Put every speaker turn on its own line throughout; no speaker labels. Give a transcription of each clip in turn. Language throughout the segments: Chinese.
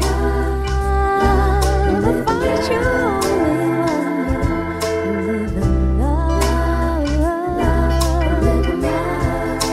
Love, find you only one. Live in love, live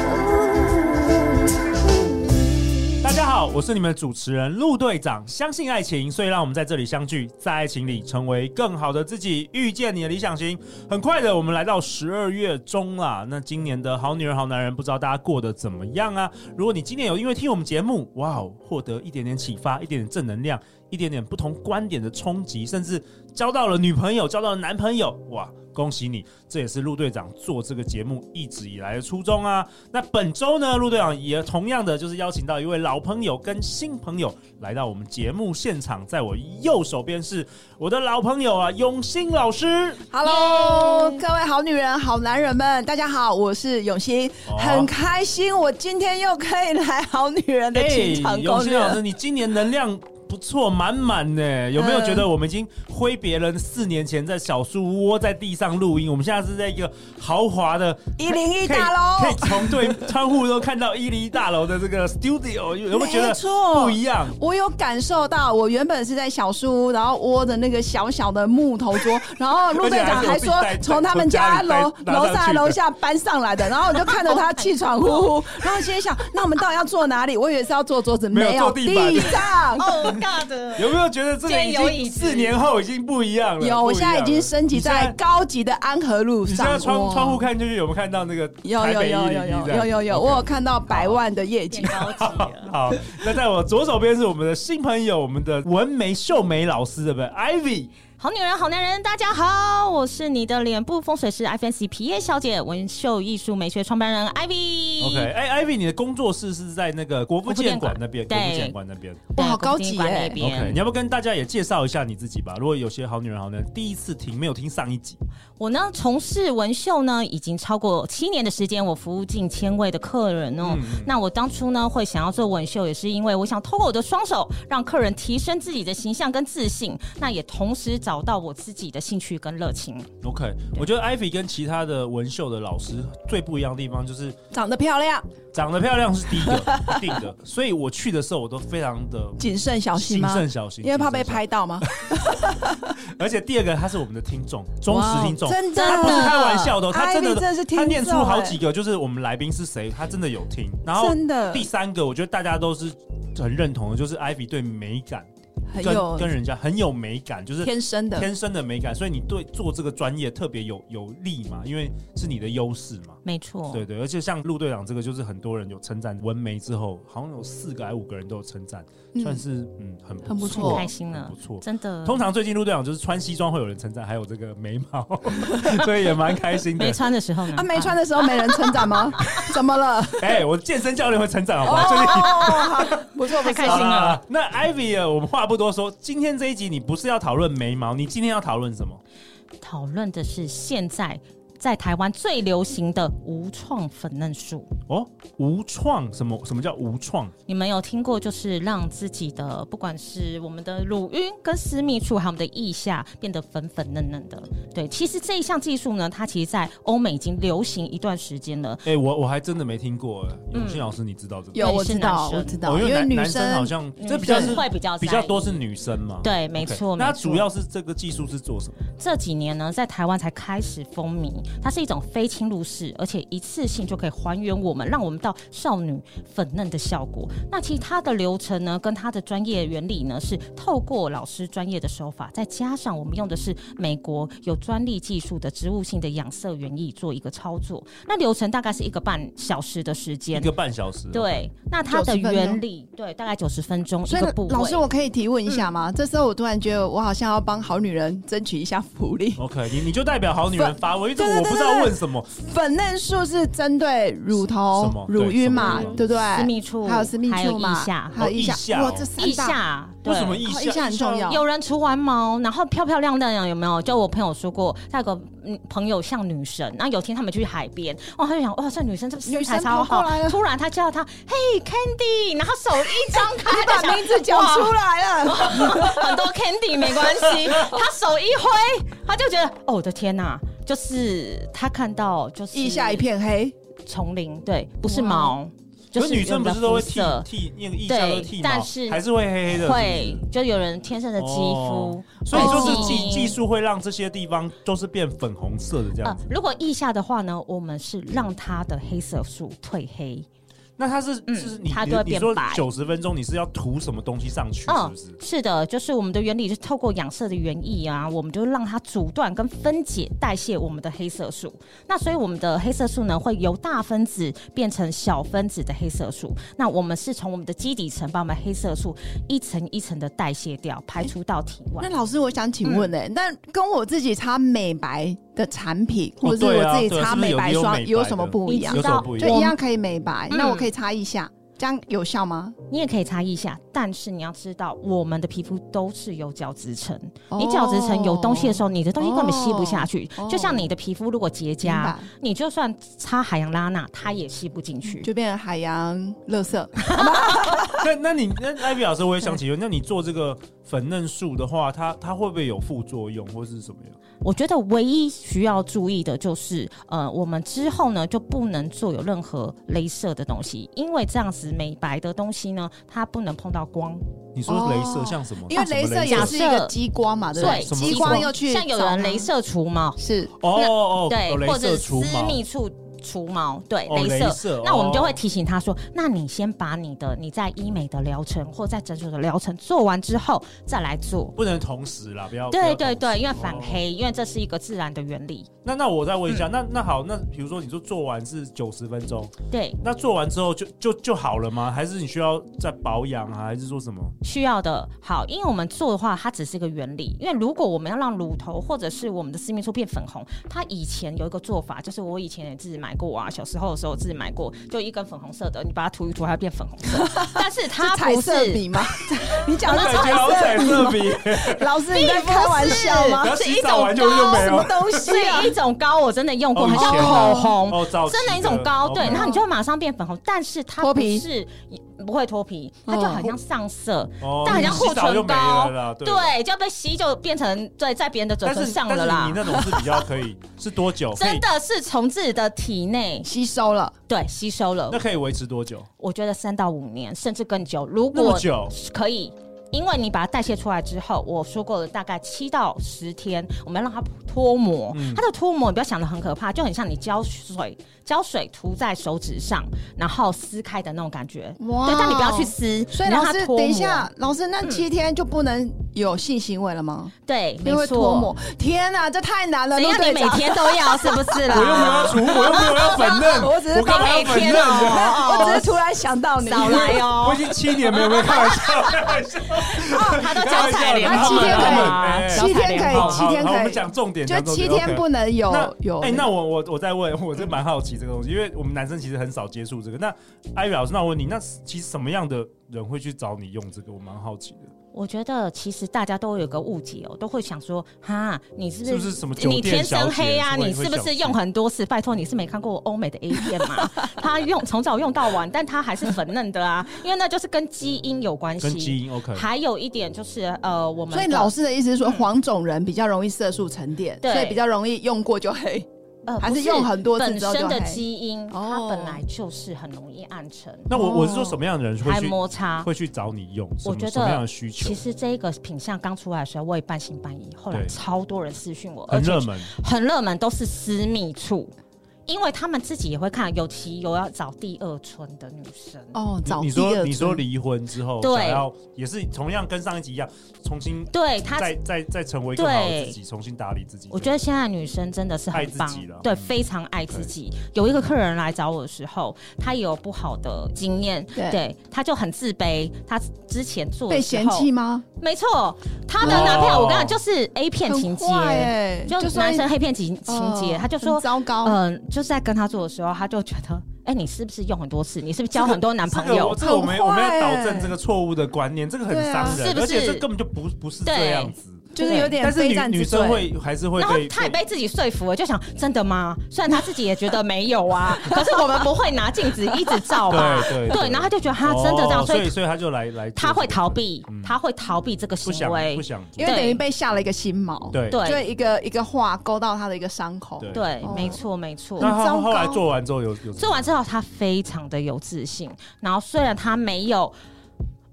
in love.
大家好，我是你们的主持人陆队长。相信爱情，所以让我们在这里相聚，在爱情里成为更好的自己，遇见你的理想型。很快的，我们来到十二月中啦。那今年的好女人、好男人，不知道大家过得怎么样啊？如果你今年有因为听我们节目，哇哦，获得一点点启发，一点点正能量，一点点不同观点的冲击，甚至交到了女朋友，交到了男朋友，哇！恭喜你，这也是陆队长做这个节目一直以来的初衷啊。那本周呢，陆队长也同样的就是邀请到一位老朋友跟新朋友来到我们节目现场，在我右手边是我的老朋友啊，永兴老师。
Hello，各位好女人、好男人们，大家好，我是永新，
哦
很开心，我今天又可以来《好女 人的情场
哎永
攻
兴
略
老》师，你今年能量。不错，满满呢。有没有觉
嗯
得我们已经挥别了四年前在小树窝在地上录音？我们现在是在一个豪华的
一零一
可以
大楼
可以从对窗户都看到一零一大楼的这个 studio，有有没有觉得
没错
不一样？
我有感受到，我原本是在小书屋，然后窝的那个小小的木头 桌，然后陆队长还说
而且还是我自己带
从他们家
从家里
楼
带拿上去的
楼上楼下搬上来的，然后我就看着他气喘呼呼， 然后心里想，那我们到底要坐哪里？我以为是要坐桌子，
没有
有，
坐地板
地 上。
哦，尬的。
有没有觉得这个
现在有
已
椅
经
子
四年后已经不一样了？
有，我
不一
现
样了
在已经升级
你
在
现
高级的安和路
你
上
现
了。
在窗
哇
窗户看进去，有没有看到那个
有
台
有
北
有
101
有有
这样
有有有，
OK
我有看到百万的业绩
变。高级了，
好，那在我左手边是我们的新朋友，我们的文梅秀梅老师，对不对？Ivy，
好女人，好男人，大家好，我是你的脸部风水师 FNC 皮耶小姐，纹绣艺术美学创办人 Ivy。
OK，哎，Ivy，你的工作室是在那个国父
国父
建
建
馆
馆
那边，国
对
父建馆那边。
对
哇好高级
国父纪念馆
耶
那
OK，
边
你要不要跟大家也介绍一下你自己吧？如果有些好女人、好男人第一次听没有听上一集，
我呢从事纹绣呢已经超过七年的时间，我服务近千位的客人哦。那我当初呢会想要做纹绣，也是因为我想透过我的双手，让客人提升自己的形象跟自信，那也同时找到我自己的兴趣跟热情。
OK，我觉得 Ivy 跟其他的文秀的老师最不一样的地方就是
长得漂亮，
长得漂亮是第一个，呃一定的。所以我去的时候我都非常的
谨慎小心
谨
吗？
慎小心，
因为怕被
谨慎小心。
拍到吗？
而且第二个，他是我们的听众，忠实听众
哇，真
他
的
不是开玩笑的哦，他真
Ivy 真的是
的，
听
他
众欸哎
念出好几个，就是我们来宾是谁，他真的有听。然后
真的
第三个，我觉得大家都是很认同的，就是 Ivy 对美感
很
跟
有
跟人家很有美感，就是
天生的。
天生的美感，所以你对做这个专业特别有有利嘛，因为是你的优势嘛。
没
哦
错，
对对，而且像陆队长这个，就是很多人有称赞文梅之后，好像有四个还五个人都有称赞，
嗯
算是嗯很
很不
错，
错啊
开心了
很不错。
真的。
通常最近陆队长就是穿西装会有人称赞，还有这个眉毛， 所以也蛮开心的
没。穿的时候呢？
啊，没穿的时候没人称 赞吗？怎么了？
哎、我健身教练会称赞，好不好？最近
哦，不错不
太开
错
心。了。
啊那 Ivy，啊我们话不多说，今天这一集你不是要讨论眉毛，你今天要讨论什么？
讨论的是现在在台湾最流行的无创粉嫩术。
哦，无创什么？什么叫无创？
你们有听过，就是让自己的不管是我们的乳晕跟私密处，还有我们的腋下变得粉粉嫩嫩的。对，其实这一项技术呢，它其实在欧美已经流行一段时间了。
哎、我我还真的没听过。哎永信老师，你知道这个？
有我
是
知道
男生
我知
哦
道，因为
男
女
男生好
生
像
女
这比较
生
是
会比较
比较
在意
多是女生嘛。
对，没
OK，
错。
那它
没错
主要是这个技术是做什么？
这几年呢，在台湾才开始风靡。它是一种非侵入式，而且一次性就可以还原我们，让我们到少女粉嫩的效果。那其实它的流程呢，跟它的专业原理呢，是透过老师专业的手法，再加上我们用的是美国有专利技术的植物性的养色原液做一个操作。那流程大概是一个半小时的时
一
间。
个半小时。，哦
对，那它的
90分钟
原理对，大概九十分钟一
所以
个部位。
老师，我可以提问一下
嗯
吗？这时候我突然觉得我好像要帮好女人争取一下福利。
OK，你你就代表好女人
粉
发问，因
对
为
对
我
对
不知道问什么。
粉嫩素是针对乳
什么
头、乳
对什
晕
么
嘛
乳头，
对不对？
私密处
还有私密
还有
处嘛，
腋下
还有腋
哦腋下
下，
哦
哇，这三
腋
大
下，对
为什么腋
哦
下？
腋下很重要
有人除完毛，然后漂漂亮亮的，有没有？就我朋友说过，他有个嗯朋友像女神，然后有天他们去海边，哦，他就想，哇，这女生这身
女
材
生
超
跑过
好
来，了
突然他叫他，嘿，Candy，然后手一张 开，
把
他就想
名字讲出来了。
哇很多 Candy 没关系，他手一挥，他就觉得，哦，我的天呐、就是他看到就是
腋下一片黑，
丛林，对，不是毛，就
可是女生不是都会剃
有的肤
剃，因为腋下都剃
对
毛，
但是
还是会黑黑
色
的，是不是
会，就有人天生的肌肤
哦，所以
哦
就是技技术会让这些地方都是变粉红色的这样
呃
子。，
如果腋下的话呢，我们是让它的黑色素褪黑。
那它是
嗯
是你
它
你
都会
你
变
说
白嗯
九十分钟你是要涂什么东西上去，是不是？
是的，就是我们的原理就是透过养色的原意啊，我们就让它阻断跟分解代谢我们的黑色素。那所以我们的黑色素呢，会由大分子变成小分子的黑色素。那我们是从我们的基底层把我们黑色素一层一层的代谢掉，排出到体外。
那老师，我想请
嗯
问呢、欸那、跟我自己擦美白的产品，或者
对
是
啊
我自己
对
擦
是不是
美
有
白
也有
霜
美白
有什么
的
不一样
你
有？
知
什
道
么不一
就
样？
一样可以美白，
嗯
那我可以擦一下，这样有效吗？
你也可以擦腋下，但是你要知道，我们的皮肤都是有角质层。你角质层有东西的时
候，
候，你的东西根本吸不下去。
哦
就像你的皮肤如果结痂，
明白
你就算擦海洋拉娜，它也吸不进去。
就变成海洋垃 圾。
那那你那艾比老师，我也想请问，那你做这个粉嫩素的话，它它会不会有副作用或是什么样？
我觉得唯一需要注意的就是，呃，我们之后呢就不能做有任何镭射的东西，因为这样子美白的东西呢，它不能碰到光。
你说镭射
哦
像什么？
因为
像什
镭
么
射
射
也是一个激光啊嘛，对不对？
什么
激光又去
像有
扫
人
它
镭射除毛，
是
哦哦哦，
对
有，
或
镭
者
射
私
除毛，
密处除毛，对，
哦
镭
镭射
那我们就
哦
会提醒他说，那你先把你的你在医美的疗程或在诊所的疗程做完之后再来做。
不能同时啦，不要。不
对
要
对
同时
对，因为反。
哦
黑，因为这是一个自然的原理。
那那我再问一下，那那好，那比如说你说做完是九十分钟，
对，
那做完之后就就就好了吗？还是你需要再保养啊？还是说什么？
需要的。好，因为我们做的话，它只是一个原理。因为如果我们要让乳头或者是我们的私密处变粉红，它以前有一个做法，就是我以前也自己买过啊，小时候的时候自己买过，就一根粉红色的，你把它涂一涂，它变粉红色。但是它
是彩
不
色
是
笔吗？你讲的
感觉好彩色 笔，
老师你在开玩笑吗
然？后
是
洗
一
澡
种
完就就
膏
没
什么
有。
东西
是
啊？
一种膏，我真的用过，
哦
很像
以前的
口红，
哦，早期
真的一种膏，对，
哦
然后你就马上变粉红，但是它
脱
不
皮
是不会脱皮，它就
哦
很像上色，
哦
但好像护
洗澡就
唇
没了
膏
啦，
对，就被吸就变成对在别人的嘴
但
唇
是
上
但
了
是
啦
你。那种是比较可以，是多久？可
真
以？
的是从自己的体内
吸收了，
对吸收了
那，可以维持多久？
我觉得三到五年甚至更久，如
那么
果
久？
可以。因为你把它代谢出来之后，我说过了，大概七到十天，我们要让它脱模。
嗯
它的脱模，你不要想的很可怕，就很像你胶水，胶水涂在手指上，然后撕开的那种感觉。
哇
对，但你不要去撕，
所以
你
老
让它
师，
脱
等一
模
下，，老师，
嗯
那七天就不能有性行为了吗？
对，
因
没
为脱
错
模。，天哪，这太难了，
怎
陆
样？你
队
每
长。
天都要是不是啦？
我又没有要除，我又没有要粉嫩，
我只是
刚刚要粉
每
嫩
天
的。
哦，
我只是突然想到你，
少来
我
哦
已，经七年没有被开玩笑，开玩笑，
他都
开
交
玩笑
彩
的
莲
他
花
七天可以七
了，
哎
天可以
好
好
好
七天
好
可以
我们讲重点，
就
讲重
七
点
天
OK
不能有
那
有。
哎、那我我我再问， 我是蛮好奇这个东西，因为我们男生其实很少接触这个。那艾瑞老师，那我问你，那其实什么样的人会去找你用这个？我蛮好奇的。
我觉得其实大家都有个误解哦，都会想说哈，你是不
是
是
不是什么酒
你
店
天
小
生
姐
黑啊？
什么
你
会
是不
小
是用很多次？拜托，你是没看过欧美的 A 片吗？ 他用从早用到晚，但他还是粉嫩的啊，因为那就是跟基因有关
跟基
系。
因 OK？
还有一点就是呃，我们
所以
的
老师的意思是说，黄种人比较容易色素沉淀，
嗯对
所以比较容易用过就黑。
呃
还
不
是用很多次
本
之后
身
就
的
黑
基因，它
哦
本来就是很容易暗沉，
那我我是说什么样的人会
哦还
去
摩擦。
会去找你用？什么
我觉得
什么样的需求
其实这一个品相刚出来的时候，我也半信半疑，后来
对
超多人私讯我，
很
而且
热门？
很热门，都是私密处，因为他们自己也会看，尤其有要找第二春的女生。
哦，早
你
第二
说你说
春
离婚之后，
对
想要也是同样跟上一集一样，重新
对他，
再再再成为更好的
对
自己，重新打理自己。
我觉得现在女生真的是
爱
很
自
棒
己了，
对，
嗯
非常爱自己。有一个客人来找我的时候，他也有不好的经验，
对
对，他就很自卑，他之前做的
被
时
嫌
候
弃， 吗？
没错，他的男朋友
哦
我跟你讲就是 A 片情
很
节，
坏哎，
就
说
男生黑片情情节，
哦
他就说
很糟糕，
嗯，就是在跟他做的时候，他就觉得，哎、你是不是用很多次？你是不是交
这个
很多男朋
这个
友
我？这个我们
很坏
我们要
欸
导正这个错误的观念，这个很伤人，
对啊是不是
而且这根本就不不是这样子。
就是有点
但是
非
女
战
女
之
生
罪。
会还是会
然后
被
他也
被
被自己说服了，就想真的吗？虽然他自己也觉得没有啊，可是我们不会拿镜子一直照吧？
对对
对，然后他就觉得他真的这
哦
样，所
所
以
以所以他就来来做
他会
这个
逃避
嗯，
他会逃避这个
不
行
想
为
不，想做
因为
对
等于被下了一个新毛，，
对
对
就一个一个话勾到他的一个伤口，
对
对
哦，
没错没错。
那
很
他
糟
后来
糕
做完之后有有
做完之后，她非常的有自信。然后虽然她没有、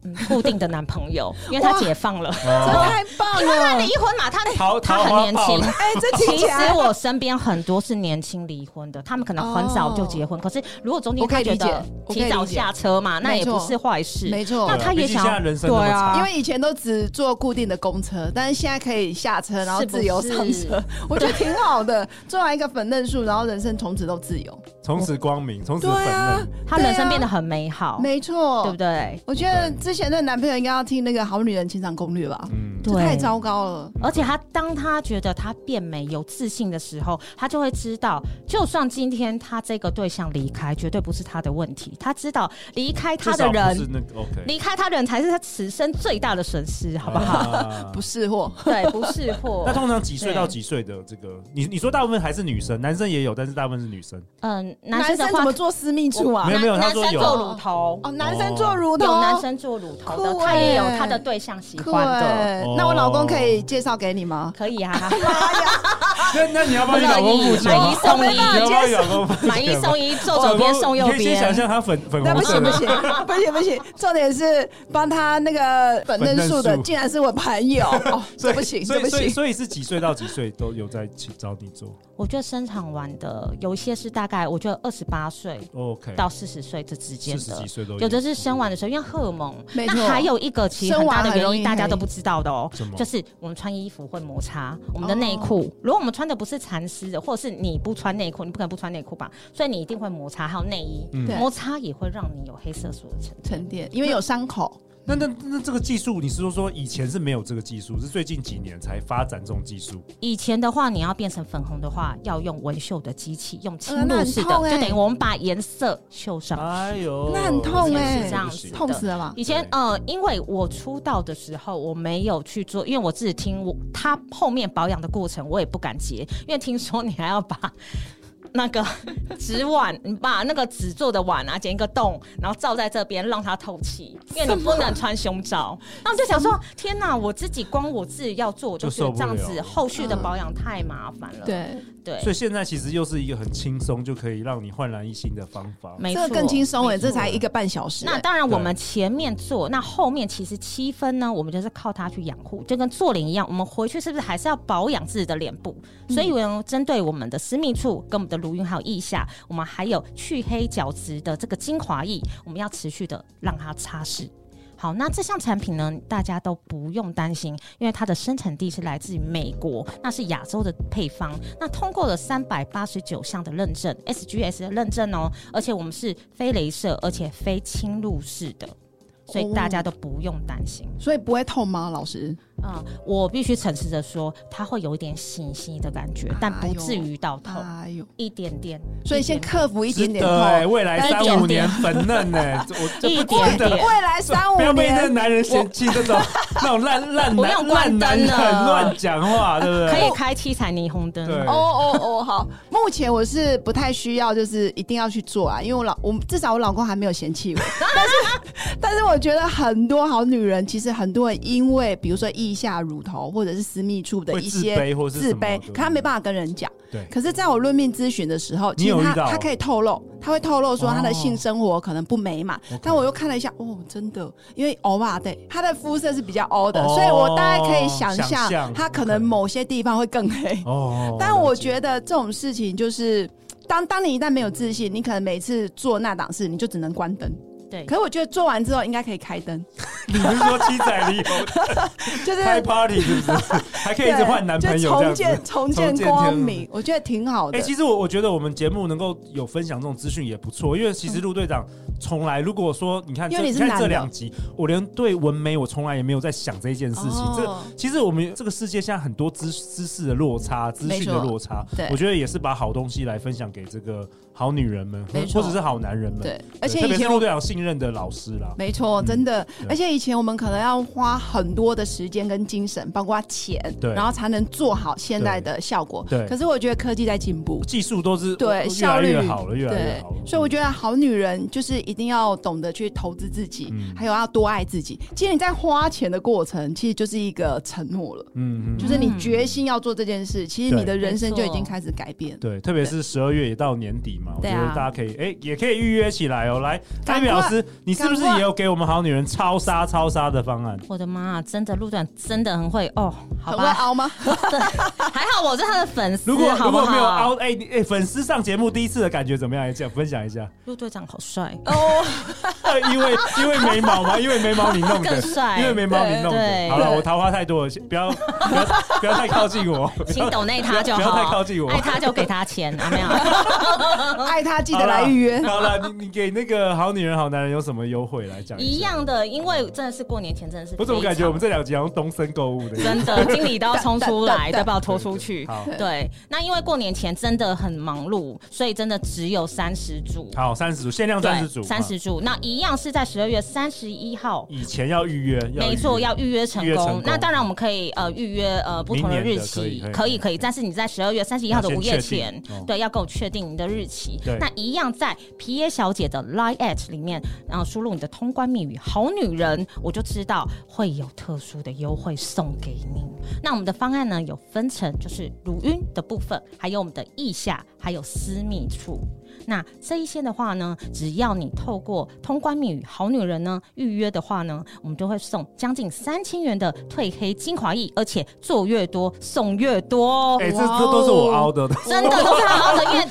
嗯、固定的男朋友，因为她解放了，
这太棒
因为她
了！
离婚嘛，她
哦桃
她
桃花
很年
爆
轻
了。
哎，这听
其
起
实
来
我身边很多是年轻离婚的，他们可能很早就结婚，可是如果中
哦
间
我可
她
以
觉
理解
得
我可以
提早
理解
下车嘛，那也不是坏事。
没错
那，她也
对啊毕竟
想
现在人生那么
对啊，
因为以前都只坐固定的公车，但是现在可以下车，然后
是不
自由上
是
车， 我觉得挺好的。做完一个粉嫩树，然后人生从此都自由。
从此光明，从此
对
粉
啊
嫩。，
她人生变得很美好，
没错，
对不？对？
我觉得之前的男朋友应该要听那个《好女人情场攻略》吧，
嗯，
这太糟糕了。
而且他当他觉得他变美、有自信的时候，他就会知道，就算今天他这个对象离开，绝对不是他的问题。他知道离开他的
至少不是
人，
那个 OK，
离开他的人才是他此生最大的损失，好不好？
好
不是货，
对，不是货
啊那。通常几
啊
岁到几岁的这个，你你说大部分还是女生，男生也有，但是大部分是女生。
嗯，男
男
生的
生
话
怎么，做私密处啊
没？有没有，他
男
说
生做
有，
乳头，
哦，男生做乳头，
有男生做乳头的，
酷
他也有
欸
他的对象喜
酷
欢的，
欸
哦
那我老公可以介绍给你吗？
可以啊，
那那你要帮你老公付钱
买
吗
一？送 啊一，
你要帮你老公付钱吗
买一送一，坐左边送右
哦你可以先想
边。
象他粉粉
那
红
不
色
行
的
不，行
哦
不 行不行，重点是帮他那个粉嫩素
粉嫩
的
素
竟然是我朋 友，哦，这不行
所
这
以
不
所以
行，
所以是几岁到几岁都有在请找你做
我觉得生产完的有一些是大概，我觉得二十八岁
，OK，
到四十岁这之间
四十
的
几。岁都
有的是生完的时候，因为荷尔蒙。
没错
那还有一个其实很大的
生完很
原
容易
因，大家都不知道的哦
什么，
就是我们穿衣服会摩擦我们的内裤。
哦
如果我们穿的不是蚕丝的，或者是你不穿内裤，你不可能不穿内裤吧？所以你一定会摩擦，还有内衣
嗯
对
摩擦也会让你有黑色素的沉淀。
沉淀，因为有伤口。
那那那这个技术，你是说说以前是没有这个技术，是最近几年才发展这种技术？
以前的话，你要变成粉红的话，要用纹绣的机器，用侵
呃那
入
很
式的，
痛欸
就等于我们把颜色绣上去。
哎呦
那很痛
欸
不行不行
这样子的
痛死了吧？
以前
对
呃，因为我出道的时候我没有去做，因为我自己听我他后面保养的过程，我也不敢接，因为听说你还要把。 那 个纸碗，你把那个纸做的碗啊，剪一个洞，然后罩在这边，让它透气，因为你不能穿胸罩。那我就想说，天哪，我自己光我自己要做，我就
就
觉得
受不
这样
了嗯
子，后续的保养太麻烦了。
对，
对
所，以现在其实又是一个很轻松就可以让你焕然一新的方法。
没
这
错，
个更轻松哎，
没错
这才一个半小时欸。
那当然，
对
我们前面做，那后面其实七分呢，我们就是靠它去养护，就跟做脸一样，我们回去是不是还是要保养自己的脸部？
嗯
所以，我们针对我们的私密处、跟我们的乳晕还有腋下，我们还有去黑角质的这个精华液，我们要持续的让它擦拭。好，那这项产品呢，大家都不用担心，因为它的生产地是来自于美国，那是亚洲的配方，那通过了三百八十九项的认证，SGS 的认证哦，而且我们是非镭射，而且非侵入式的。所以大家都不用担心。
所以不会痛吗？老师，
嗯、我必须诚实的说，它会有一点醒息的感觉，但
哎
不
呦
至于到痛，
哎呦，
一点点。
所以先
一点
克服一点点
值得
痛。
欸
哎
未来三
一点
五年
点
粉嫩呢、 这我这
一
不
点
真的
点
未来三五
不要被那
年，
男人嫌弃 这种那种烂烂
不用
男烂
关
男
灯
人
了
乱讲话，对不对？
可以开七彩霓虹灯。啊
对
哦哦哦，好。目前我是不太需要，就是一定要去做啊，因为我老我至少我老公还没有嫌弃我。 但是但是我觉得很多好女人，其实很多人因为比如说腋下、乳头或者是私密处的
会
一
自
些
卑或是
自
什么
卑，可她没办法跟人讲。
法。对，
可是，在我论命咨询的时候，
你
其实
有
他
遇到
他可以透露，他会透露说他的
哦
性生活可能不美满，
OK
但我又看了一下，哦，真的，因为欧巴对他的肤色是比较欧的，
哦
所以我大概可以想
想
象
象
他可能
OK
某些地方会更黑。
哦
但我
得
觉得这种事情就是。当当你一旦没有自信，你可能每次做那档事，你就只能关灯。
对
可，是我觉得做完之后应该可以开灯，
你不是说七仔 里有
就是
开 party 是不是？ 还可以一直
对
换男朋
就
友这
重
样子。
建重建
重建
光
天幕
明，我觉得挺好的。
哎、其实我我觉得我们节目能够有分享这种资讯也不错，因为其实陆队长从来如果说你看
因
这，
为你是
看
男的
这两集，我连对纹眉我从来也没有在想这件事情。
哦
这其实我们这个世界现在很多知知识的落差，资讯的
没错
落差，
对
我觉得也是把好东西来分享给这个好女人们，
没
或
错
或者是好男人们。
对，而且
特
以
别是
前
陆
我
队长信信任的老师啦。
没错，真的，
对
而且以前我们可能要花很多的时间跟精神，包括钱，
对
然后才能做好现在的效果。
对
可是我觉得科技在进步，
技术都是
对，
越来
效率
越好了，越来越好了嗯
对。所以我觉得好女人就是一定要懂得去投资自己，
嗯
还有要多爱自己。其实你在花钱的过程，其实就是一个承诺了，
嗯嗯，
就是你决心要做这件事，其实你的人生就
对
已经开始改变。
对，特别是十二月也到年底嘛，我觉
对
得
啊
大家可以哎、也可以预约起来哦。来，
赶快
艾比老师，你是不是
赶快
也有给我们好女人超杀超杀的方案？
我的妈、啊真的陆队长真的很会哦，好
很会
吧，
熬吗？
还好我是他的粉丝，
如果
好
如
不
果没有凹
好？
哎你哎、粉丝上节目第一次的感觉怎么样？这样分享一下，
陆队长好帅，
哦，
呃因为因为眉毛嘛，因为眉毛你弄的
更，帅
因为眉毛你弄的。
对
好了，
对
我桃花太多了，先不要不要不要太靠近我，不
请
要
抖内他就好，
不要太靠近我
爱他就给他钱，啊有没有？
爱他记得来预约。
好了，你你给那个好女人好男人有什么优惠来讲下
一？样的，因为真的是过年前，真的是
我怎么感觉我们
这
这两集好像东森购物 的？
真 的经理都要冲
对对
出来，
对
再把我拖出去。
好，
对，那因为过年前真的很忙碌，所以真的只有三十组。
好，三十组限量
对
三十组，嗯
三十组，那一样是在十二月三十一号。
以前要预约，要预约
没错，要预约成
预约
功。
成功
那当然，我们可以呃预约呃不同的
明年
日
的可以
期
可以，
可以
可
可
以
以。但是你在十二月三十一号的
要先
午夜
确定
前
哦，
对，要跟我确定你的日期
对。
那一样在皮耶小姐的 Line at 里面，然后输入你的通关密语“好女人”，我就知道会有特殊的优惠送给你。那我们的方案呢，有分成就是乳晕的部分，还有我们的腋下，还有私密处。那这一些的话呢，只要你透过通关密语“好女人”呢预约的话呢，我们就会送将近三千元的褪黑精华液，而且做越多送越多哦。
哎，这
哇哦
这都是我凹的，
真的都是好好的，因 为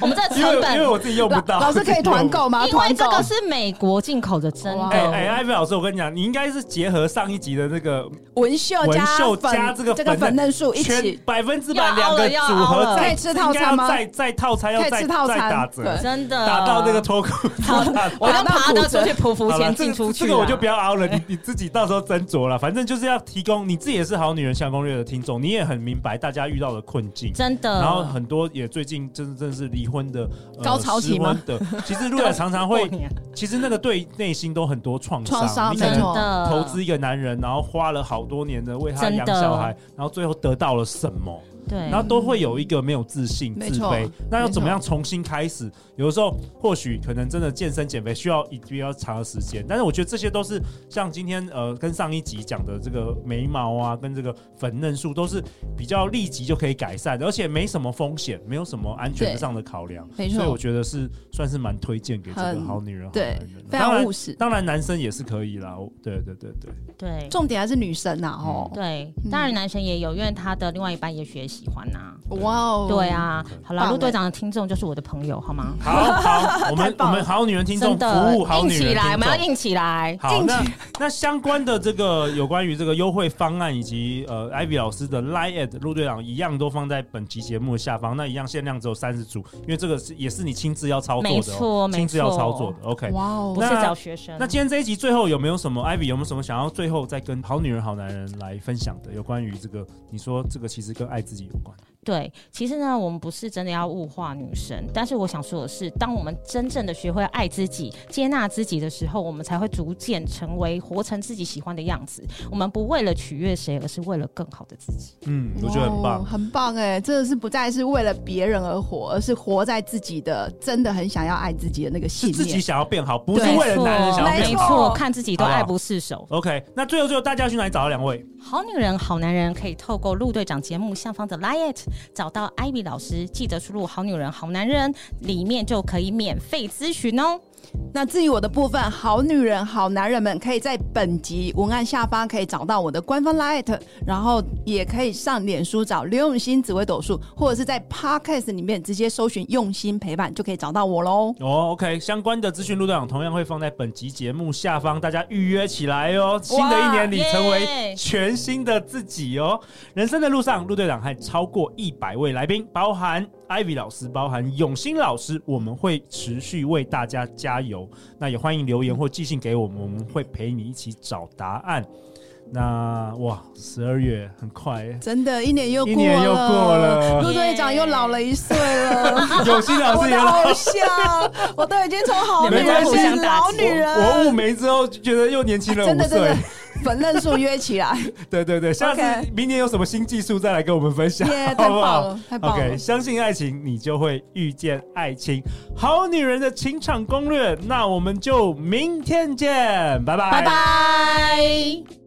我们这个
因为
成本，
因为 我自己用不到。
老老师可以团购啊吗？
因为
团
这
购
个是美国进口的，真
哇
的。
哎哎，艾菲老师，我跟你讲，你应该是结合上一集的那个
纹绣
纹
加
绣
粉
加这个
这个
粉
粉
嫩
嫩素一
全
起，
百分之百
要凹
两个
了
组
要
合
凹了
在，
可以吃套餐吗
再再套餐要
可以
再
吃套餐
再打折，
对
真的
哎打到那个脱裤 子。
好，我就爬得出去匍匐
好了，
前
这
进
个
出去啊
这
啦。
个我就不要凹了，你你自己到时候斟酌了。反正就是要提供，你自己也是好女人相攻略的听众，你也很明白大家遇到的困境。
真的。
然后很多也最近真真是离婚的、呃
嗯高潮期吗
失婚的，其实陆雅常常会
过，年
其实那个对内心都很多创伤。
创伤
你可
没
真
能
错
的
投资一个男人，然后花了好多年的为他
真
养
的
小孩，然后最后得到了什么？
对，
然后都会有一个没有自信、
没
自
错
卑。那要
没
怎么
错
样重新开始？有的时候或许可能真的健身减肥需要一比较长的时间，但是我觉得这些都是像今天呃跟上一集讲的这个眉毛啊，跟这个粉嫩素都是比较立即就可以改善的，而且没什么风险，没有什么安全
对
上的考量。
没错
所以我觉得是算是蛮推荐给这个好女人、好男
对
人的。，
非
当
常
然
务实。
当然，男生也是可以啦。我对对对对，
对
重点还是女生啊，哦，
对，
嗯
当然男生也有，因为他的另外一半也许也喜欢啊呐。
嗯
哇哦，
对，啊，好
棒
了，
欸
陆队长的听众就是我的朋友，好吗？
好好，我们我
棒
们好女人听众
真
服
的
务好
硬
女人
起
听众
来，我们要硬起来。
好，
敬
那那相关的这个有关于这个优惠方案以及呃艾比老师的 Line at 陆队长一样都放在本集节目的下方。那一样限量只有三十组，因为这个是也是你亲自要操作
没
的、哦，
错
亲自要
没错
操作的。OK，
哇
不
哦，
是
那
找学生
那，今天这一集最后有没有什么艾比有没有什么想要最后再跟好女人好男人来分享的有关于这个？你说这个其实跟爱自己有关。
对，其实呢，我们不是真的要物化女生，但是我想说的是，当我们真正的学会爱自己、接纳自己的时候，我们才会逐渐成为活成自己喜欢的样子。我们不为了取悦谁，而是为了更好的自己。
嗯，我觉得很
哇哦
棒。
很棒哎，真的是不再是为了别人而活，而是活在自己的，真的很想要爱自己的那个
是
信
自己
念。
想要变好，不是
没
为了
错
男人想要
没
变
没
好。
错，看自己都
好不好
爱不释手。
OK，那最后最后大家去哪里找到两位？
好女人、好男人可以透过陆队长节目下方的 Line it 找到艾比老师，记得输入“好女人、好男人”，里面就可以免费咨询哦。
那至于我的部分，好女人、好男人们可以在本集文案下方可以找到我的官方 light，然后也可以上脸书找刘永新紫微斗数，或者是在 podcast 里面直接搜寻“用心陪伴”就可以找到我喽。
哦，OK，相关的资讯路队长同样会放在本集节目下方，大家预约起来哦。新的一年里
耶
成为全新的自己哦。人生的路上，陆队长和超过一百位来宾，包含 Ivy 老师，包含永兴老师，我们会持续为大家加油。那也欢迎留言或寄信给我们，我们会陪你一起找答案。那哇，十二月很 快耶，
真的，一年又
一
过
年又过了
陆队长又老了一 岁 了。
有心 老
我
师也
的
老。
偶像，我都已经从好女
没关
人
系
变老女
我
人，啊
雾眉之后就觉得又年轻了
真
五
的真
岁
的，，粉嫩素约起 来，
对对对，下
OK
次明年有什么新技术再来跟我们分享，
耶，太
好不
棒
好？
了，太棒
OK，
了！
相信爱情，你就会遇见爱情。好女人的情场攻略，那我们就明天见，拜拜，
拜拜。